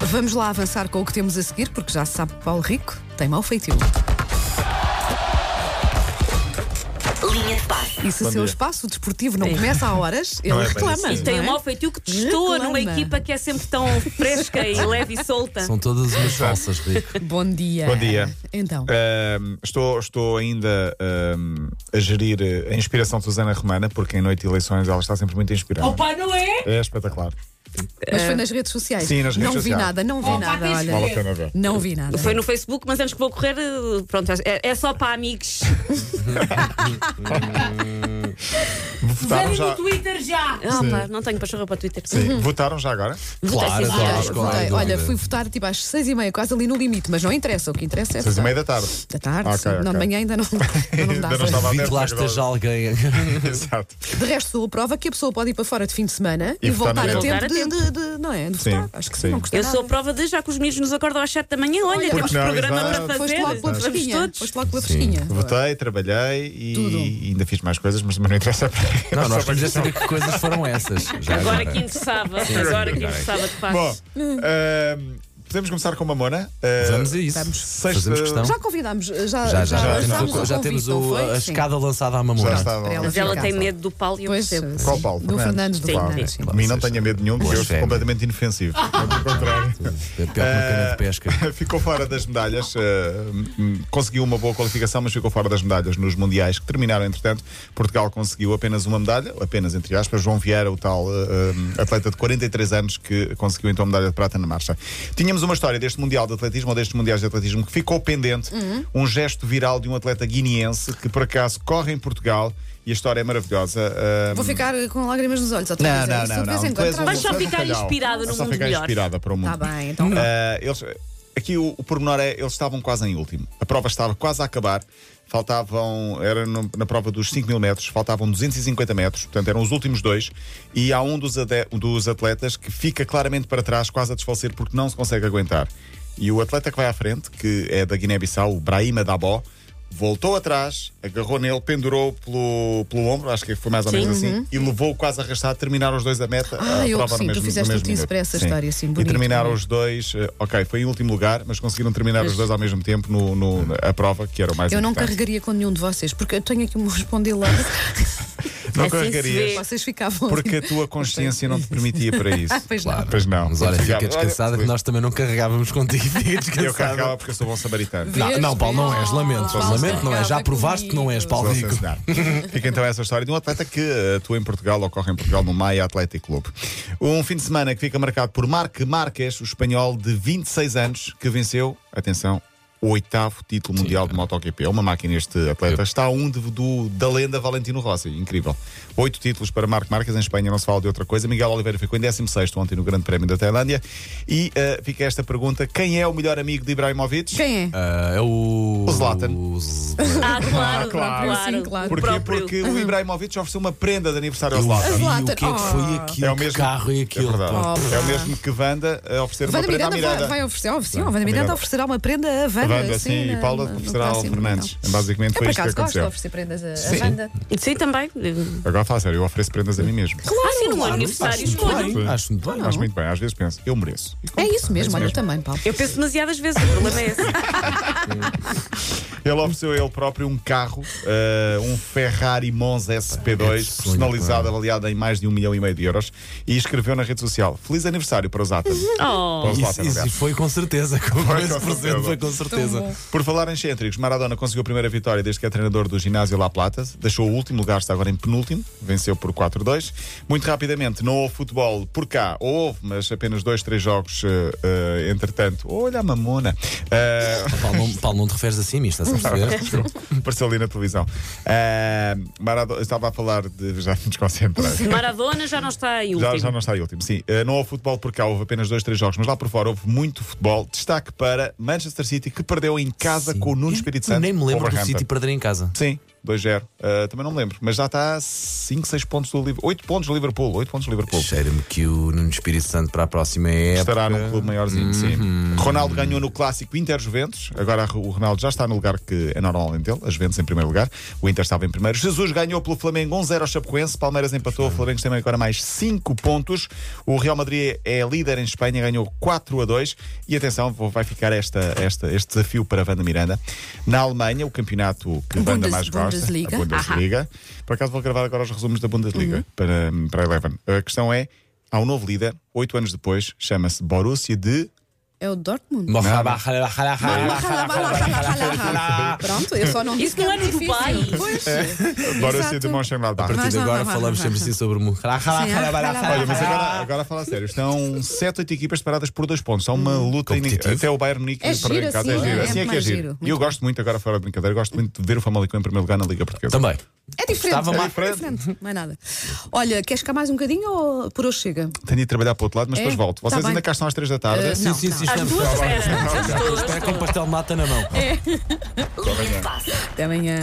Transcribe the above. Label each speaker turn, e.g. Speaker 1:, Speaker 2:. Speaker 1: Vamos lá avançar com o que temos a seguir, porque já se sabe que Paulo Rico tem mau feitio.
Speaker 2: Linha de passe.
Speaker 1: E se
Speaker 3: Bom
Speaker 1: seu
Speaker 3: dia.
Speaker 1: espaço desportivo não
Speaker 4: Sim.
Speaker 1: começa a horas, ele
Speaker 3: Não é bem
Speaker 1: reclama.
Speaker 3: assim.
Speaker 1: não
Speaker 4: E tem
Speaker 1: é?
Speaker 4: um mau feitio que destoa
Speaker 1: Reclama.
Speaker 4: numa equipa que é sempre tão fresca e leve e solta.
Speaker 5: São todas umas falsas, Rico.
Speaker 1: Bom dia.
Speaker 3: Bom dia.
Speaker 1: Então,
Speaker 3: Ahm, estou, estou ainda ahm, a gerir eh, a inspiração de Susana Romana, porque em noite de eleições ela está sempre muito inspirada.
Speaker 6: Opa, não é?
Speaker 3: É espetacular.
Speaker 1: mas foi nas redes sociais.
Speaker 3: Eh, Sim, nas redes
Speaker 1: não vi
Speaker 3: sociais.
Speaker 1: nada, não vi
Speaker 6: Opa,
Speaker 1: nada.
Speaker 6: tens
Speaker 1: Olha,
Speaker 3: Vale a pena ver.
Speaker 1: não vi nada.
Speaker 4: Foi no Facebook, mas antes que vou correr, eh, pronto, é, é só para amigos.
Speaker 3: Votaram
Speaker 6: Vem
Speaker 3: já,
Speaker 6: no Twitter já.
Speaker 4: Ah, pá, não tenho pachorra para Twitter.
Speaker 3: Sim, votaram já agora?
Speaker 5: Claro,
Speaker 4: sim,
Speaker 1: Votei.
Speaker 5: claro, qual é a dúvida?
Speaker 1: Olha, fui votar tipo às seis e meia, quase ali no limite, mas não interessa. O que interessa é
Speaker 3: Seis e
Speaker 1: votar.
Speaker 3: meia da tarde.
Speaker 1: da tarde.
Speaker 3: Ah,
Speaker 1: sim.
Speaker 3: ok, ok.
Speaker 1: Não, de manhã ainda não, ainda não dá.
Speaker 3: Ainda não estava
Speaker 5: Vi
Speaker 3: aberto
Speaker 5: que
Speaker 3: agora.
Speaker 5: lá esteja alguém.
Speaker 3: Exato.
Speaker 1: De resto, sou a prova que a pessoa pode ir para fora de fim de semana e,
Speaker 3: E votar
Speaker 1: voltar
Speaker 3: na
Speaker 1: a
Speaker 3: mesma.
Speaker 1: tempo,
Speaker 4: Voltar a
Speaker 1: de,
Speaker 4: tempo.
Speaker 1: de- de- não é? De
Speaker 3: Sim,
Speaker 1: votar. Acho que sim,
Speaker 3: sim.
Speaker 1: não custa
Speaker 4: Eu
Speaker 1: nada.
Speaker 4: sou a prova de já que os meninos nos acordam às 7 da manhã. Olha,
Speaker 1: Olha,
Speaker 4: temos
Speaker 3: não,
Speaker 4: programa
Speaker 3: exato.
Speaker 4: para
Speaker 1: Foste
Speaker 4: fazer.
Speaker 1: logo pela
Speaker 4: Vamos
Speaker 1: fresquinha.
Speaker 4: todos.
Speaker 1: Foste logo pela fresquinha.
Speaker 3: Votei, trabalhei e,
Speaker 1: Tudo.
Speaker 3: e ainda fiz mais coisas, mas também não interessa para
Speaker 5: Não, nós
Speaker 3: só para
Speaker 5: estamos a saber que coisas foram essas. Já
Speaker 4: Agora que interessava, agora que
Speaker 5: agora.
Speaker 4: interessava de facto.
Speaker 3: Bom, ahm, podemos começar com uma mona. Ah,
Speaker 5: Vamos a isso.
Speaker 1: Vamos.
Speaker 3: Sexta-
Speaker 5: Fazemos questão.
Speaker 1: Já convidámos, já,
Speaker 5: Já, já, já,
Speaker 3: lançámos
Speaker 5: temos, o-
Speaker 1: lançámos
Speaker 5: já
Speaker 1: convite,
Speaker 5: temos
Speaker 1: não
Speaker 5: o-
Speaker 1: foi?
Speaker 5: a
Speaker 1: Sim.
Speaker 5: escada lançada à mamona.
Speaker 3: Já está.
Speaker 1: para ela
Speaker 4: Mas ela
Speaker 1: ficar.
Speaker 4: tem medo do Ah, pau e eu
Speaker 1: Pois, é. Ah,
Speaker 4: percebo.
Speaker 3: Qual
Speaker 1: sim.
Speaker 3: Paulo?
Speaker 1: Do Fernandes, do
Speaker 4: Sim,
Speaker 1: Fernandes.
Speaker 4: sim.
Speaker 1: sim.
Speaker 3: A mim não tenho medo nenhum, porque
Speaker 5: Boas
Speaker 3: eu sou
Speaker 5: férias.
Speaker 3: completamente inofensivo. Ao contrário.
Speaker 5: É pior que uma cana de pesca.
Speaker 3: ficou fora das medalhas. eh, hum, conseguiu uma boa qualificação, mas ficou fora das medalhas nos mundiais que terminaram, entretanto. Portugal conseguiu apenas uma medalha, apenas entre aspas. João Vieira, o tal eh, hum, atleta de 43 anos, que conseguiu então a medalha de prata na marcha. Tínhamos uma história deste Mundial de Atletismo, ou destes Mundiais de Atletismo, que ficou pendente.
Speaker 1: Uhum.
Speaker 3: Um gesto viral de um atleta guineense que, por acaso, corre em Portugal. E a história é maravilhosa. eh,
Speaker 1: Vou ficar com lágrimas nos olhos.
Speaker 3: Não, não, não. não. Tu és um-
Speaker 4: Vais só
Speaker 3: tu és um
Speaker 4: ficar
Speaker 3: calhau.
Speaker 4: inspirado no
Speaker 3: Vais só
Speaker 4: mundo
Speaker 3: ficar
Speaker 4: melhor.
Speaker 3: inspirada para o mundo.
Speaker 1: Está Tá bem, então.
Speaker 3: Ah, eles- aqui o, o pormenor é, eles estavam quase em último. A prova estava quase a acabar. Faltavam, era no- na prova dos 5 mil metros, faltavam 250 metros, portanto eram os últimos dois. E há um dos, ade- um dos atletas que fica claramente para trás, quase a desfalecer, porque não se consegue aguentar. E o atleta que vai à frente, que é da Guiné-Bissau, o Brahima Dabó, voltou atrás, agarrou nele, pendurou pelo, pelo ombro, acho que foi mais ou menos assim, e levou quase arrastado, terminaram os dois a meta.
Speaker 1: Uhum. Ah,
Speaker 3: a
Speaker 1: eu
Speaker 3: prova
Speaker 1: sim,
Speaker 3: no
Speaker 1: tu
Speaker 3: mesmo,
Speaker 1: fizeste
Speaker 3: no mesmo
Speaker 1: notícia
Speaker 3: minuto.
Speaker 1: para essa
Speaker 3: Sim.
Speaker 1: história, assim, bonito,
Speaker 3: E terminaram
Speaker 1: bonito.
Speaker 3: os dois, eh, ok, foi em último lugar, mas conseguiram terminar os dois ao mesmo tempo no, no- na- a prova, que era o mais
Speaker 1: Eu não
Speaker 3: importante.
Speaker 1: carregaria com nenhum de vocês, porque eu tenho aqui um respondilão.
Speaker 3: Não
Speaker 1: é
Speaker 4: Assim se
Speaker 3: carregarias,
Speaker 4: vê.
Speaker 1: vocês ficavam. assim. ali.
Speaker 3: porque a tua consciência não te permitia para isso.
Speaker 1: Ah, Pois não.
Speaker 5: Claro.
Speaker 3: Pois não.
Speaker 5: Mas olha, fica
Speaker 3: Olha,
Speaker 5: descansada que nós também não carregávamos contigo. Fica
Speaker 3: Eu carregava
Speaker 5: descansada.
Speaker 3: porque eu sou bom samaritano.
Speaker 1: Vês,
Speaker 5: Não, não, Paulo, não
Speaker 1: vês?
Speaker 5: és. Lamento.
Speaker 1: Paulo,
Speaker 5: Lamento, não és. Já
Speaker 1: carregava
Speaker 5: provaste que não és,
Speaker 1: comigo.
Speaker 5: Paulo
Speaker 3: Vou
Speaker 5: Rico.
Speaker 3: assinar. Fica então essa história de um atleta que eh, atua em Portugal, ocorre em Portugal, no Maia Athletic Club. Um fim de semana que fica marcado por Marque Marques, o espanhol de 26 anos, que venceu, atenção, o oitavo título mundial de MotoGP. É uma máquina este atleta. Está a um de- do, da lenda Valentino Rossi. Incrível. Oito títulos para Marco Marques em Espanha, não se fala de outra coisa. Miguel Oliveira ficou em 16 ontem no Grande Prémio da Tailândia. E eh, fica esta pergunta: quem é o melhor amigo de Ibrahimovic?
Speaker 1: Quem é?
Speaker 5: Ah, É o.
Speaker 3: O Zlatan.
Speaker 5: o Z-
Speaker 4: Ah, claro,
Speaker 3: Ah, claro.
Speaker 1: Sim, claro.
Speaker 4: O
Speaker 3: Porquê?
Speaker 4: próprio.
Speaker 3: Porque o Ibrahimovic ofereceu uma prenda de aniversário ao
Speaker 5: Eu
Speaker 3: Zlatan.
Speaker 5: vi
Speaker 1: Zlatan.
Speaker 5: o que é que foi aquilo.
Speaker 3: É o
Speaker 5: que
Speaker 3: mesmo-
Speaker 5: carro é aquilo.
Speaker 3: É, verdade.
Speaker 5: pá.
Speaker 3: É o mesmo que Wanda a oferecer uma
Speaker 1: Vanda
Speaker 3: prenda
Speaker 1: Miranda
Speaker 3: à Miranda.
Speaker 1: vai, vai oferecer. Oh, sim,
Speaker 3: Sim,
Speaker 1: oh, Vanda Miranda
Speaker 3: Miranda.
Speaker 1: oferecerá uma prenda a Wanda.
Speaker 3: A Wanda, sim,
Speaker 1: na-
Speaker 3: e Paula
Speaker 1: no
Speaker 3: oferecerá ao
Speaker 1: próximo
Speaker 3: Fernandes.
Speaker 1: Natal.
Speaker 3: Basicamente
Speaker 1: Eu, por
Speaker 3: foi isto que
Speaker 1: acaso, gosto de
Speaker 3: aconteceu.
Speaker 1: oferecer prendas a- a
Speaker 5: Sim.
Speaker 1: Wanda.
Speaker 4: Sim, também.
Speaker 3: Agora fala sério, eu ofereço prendas a mim mesmo.
Speaker 4: ah, sim, no meu aniversário
Speaker 5: Acho muito
Speaker 4: escolho.
Speaker 5: bem, Acho muito bem.
Speaker 3: Mas muito bem, às vezes penso, eu mereço.
Speaker 1: É isso mesmo, olha, eu também, Paulo.
Speaker 4: Eu penso demasiadas vezes, o problema é esse.
Speaker 3: Ele ofereceu a ele próprio um carro, eh, um Ferrari Monza
Speaker 5: É de
Speaker 3: SP2,
Speaker 5: sonho,
Speaker 3: personalizado, avaliado em mais de um milhão e meio de euros, e escreveu na rede social: Feliz aniversário para o Zatan. Para
Speaker 4: Oh,
Speaker 3: o
Speaker 5: Isso,
Speaker 3: Zlatan,
Speaker 5: isso
Speaker 3: aliás.
Speaker 5: foi com certeza. Com
Speaker 3: Foi com
Speaker 5: esse presente
Speaker 3: certeza.
Speaker 5: foi com certeza.
Speaker 1: bom.
Speaker 3: Por falar em excêntricos, Maradona conseguiu a primeira vitória desde que é treinador do ginásio La Plata. Deixou o último lugar, está agora em penúltimo. Venceu por 4-2. Muito rapidamente, não houve futebol por cá. Houve, mas apenas dois, três jogos, eh, eh, entretanto. Olha a mamona. Eh,
Speaker 5: Paulo, não- Paulo, não te referes assim, mista, estás a perceber?
Speaker 3: Apareceu ali na televisão. Eh, Maradona, estava a falar de... Já me desconcentrei.
Speaker 4: Maradona já não está em
Speaker 3: Já,
Speaker 4: último.
Speaker 3: já não está em último, sim. Eh, não houve futebol por cá, houve apenas dois, três jogos, mas lá por fora houve muito futebol. Destaque para Manchester City, que perdeu em casa
Speaker 5: Sim.
Speaker 3: com o Nuno
Speaker 5: Eu
Speaker 3: Espírito Santo.
Speaker 5: Nem me lembro do
Speaker 3: Wolverhampton.
Speaker 5: City perder em casa.
Speaker 3: Sim, 2-0. Ah, também não me lembro, mas já está 5, 6 pontos do Liverpool. 8 pontos do Liverpool. 8 pontos do Liverpool.
Speaker 5: Cheira-me que o Nuno Espírito Santo para a próxima é época.
Speaker 3: Estará num clube maiorzinho, sim. Ronaldo ganhou no clássico Inter-Juventus. Agora o Ronaldo já está no lugar que é normalmente dele, as Juventus em primeiro lugar. O Inter estava em primeiro. Jesus ganhou pelo Flamengo 1-0 ao Chapecoense. Palmeiras empatou. O Flamengo tem agora mais 5 pontos. O Real Madrid é líder em Espanha, ganhou 4-2. E atenção, vou- vai ficar esta, esta- este desafio para Wanda Miranda. Na Alemanha, o campeonato que
Speaker 1: Bundes-
Speaker 3: Wanda mais gosta,
Speaker 1: Bundesliga. Uhum.
Speaker 3: a Bundesliga. Por acaso vou gravar agora os resumos da Bundesliga para, para Eleven. A questão é: há um novo líder, oito anos depois, chama-se Borussia de.
Speaker 1: É o Dortmund. Pronto, eu só não disse
Speaker 4: Isso
Speaker 1: que
Speaker 4: não é
Speaker 1: muito
Speaker 4: no Dubai.
Speaker 1: difícil. Pois.
Speaker 3: Borussia
Speaker 1: Exato.
Speaker 3: de
Speaker 5: A
Speaker 3: Mönchengladbach.
Speaker 5: partir
Speaker 1: Mas
Speaker 5: de
Speaker 1: não,
Speaker 5: agora
Speaker 1: não, não,
Speaker 5: falamos
Speaker 1: não,
Speaker 5: sempre
Speaker 1: não.
Speaker 5: assim sobre o mu.
Speaker 3: Olha, mas
Speaker 1: Ah.
Speaker 3: agora, agora fala a sério. Estão sete, oito equipas separadas por dois pontos. Há uma luta ini-
Speaker 5: Competitivo.
Speaker 3: até o Bayern Munique
Speaker 1: Hum. É
Speaker 3: perder
Speaker 1: giro
Speaker 3: em casa.
Speaker 1: assim,
Speaker 3: é giro.
Speaker 1: é
Speaker 3: Assim é que é
Speaker 1: mais
Speaker 3: giro.
Speaker 1: giro.
Speaker 3: E eu gosto muito, agora fora de brincadeira, gosto muito de ver o Famalicão em primeiro lugar na Liga Portuguesa.
Speaker 5: Também.
Speaker 1: É diferente.
Speaker 5: Estava
Speaker 1: É
Speaker 5: má.
Speaker 1: diferente. Não é nada. Olha, queres cá mais um bocadinho ou por hoje chega?
Speaker 3: Tenho de trabalhar para o outro lado, mas
Speaker 1: É?
Speaker 3: depois volto.
Speaker 1: Tá
Speaker 3: Vocês
Speaker 1: bem.
Speaker 3: ainda cá estão às três da tarde. é
Speaker 1: Eh,
Speaker 5: Sim,
Speaker 1: Não,
Speaker 5: sim, sim,
Speaker 1: não.
Speaker 4: Às
Speaker 5: estamos.
Speaker 4: duas feras.
Speaker 5: Está com pastel de mata na mão.
Speaker 2: Linha de passe.
Speaker 1: Até amanhã.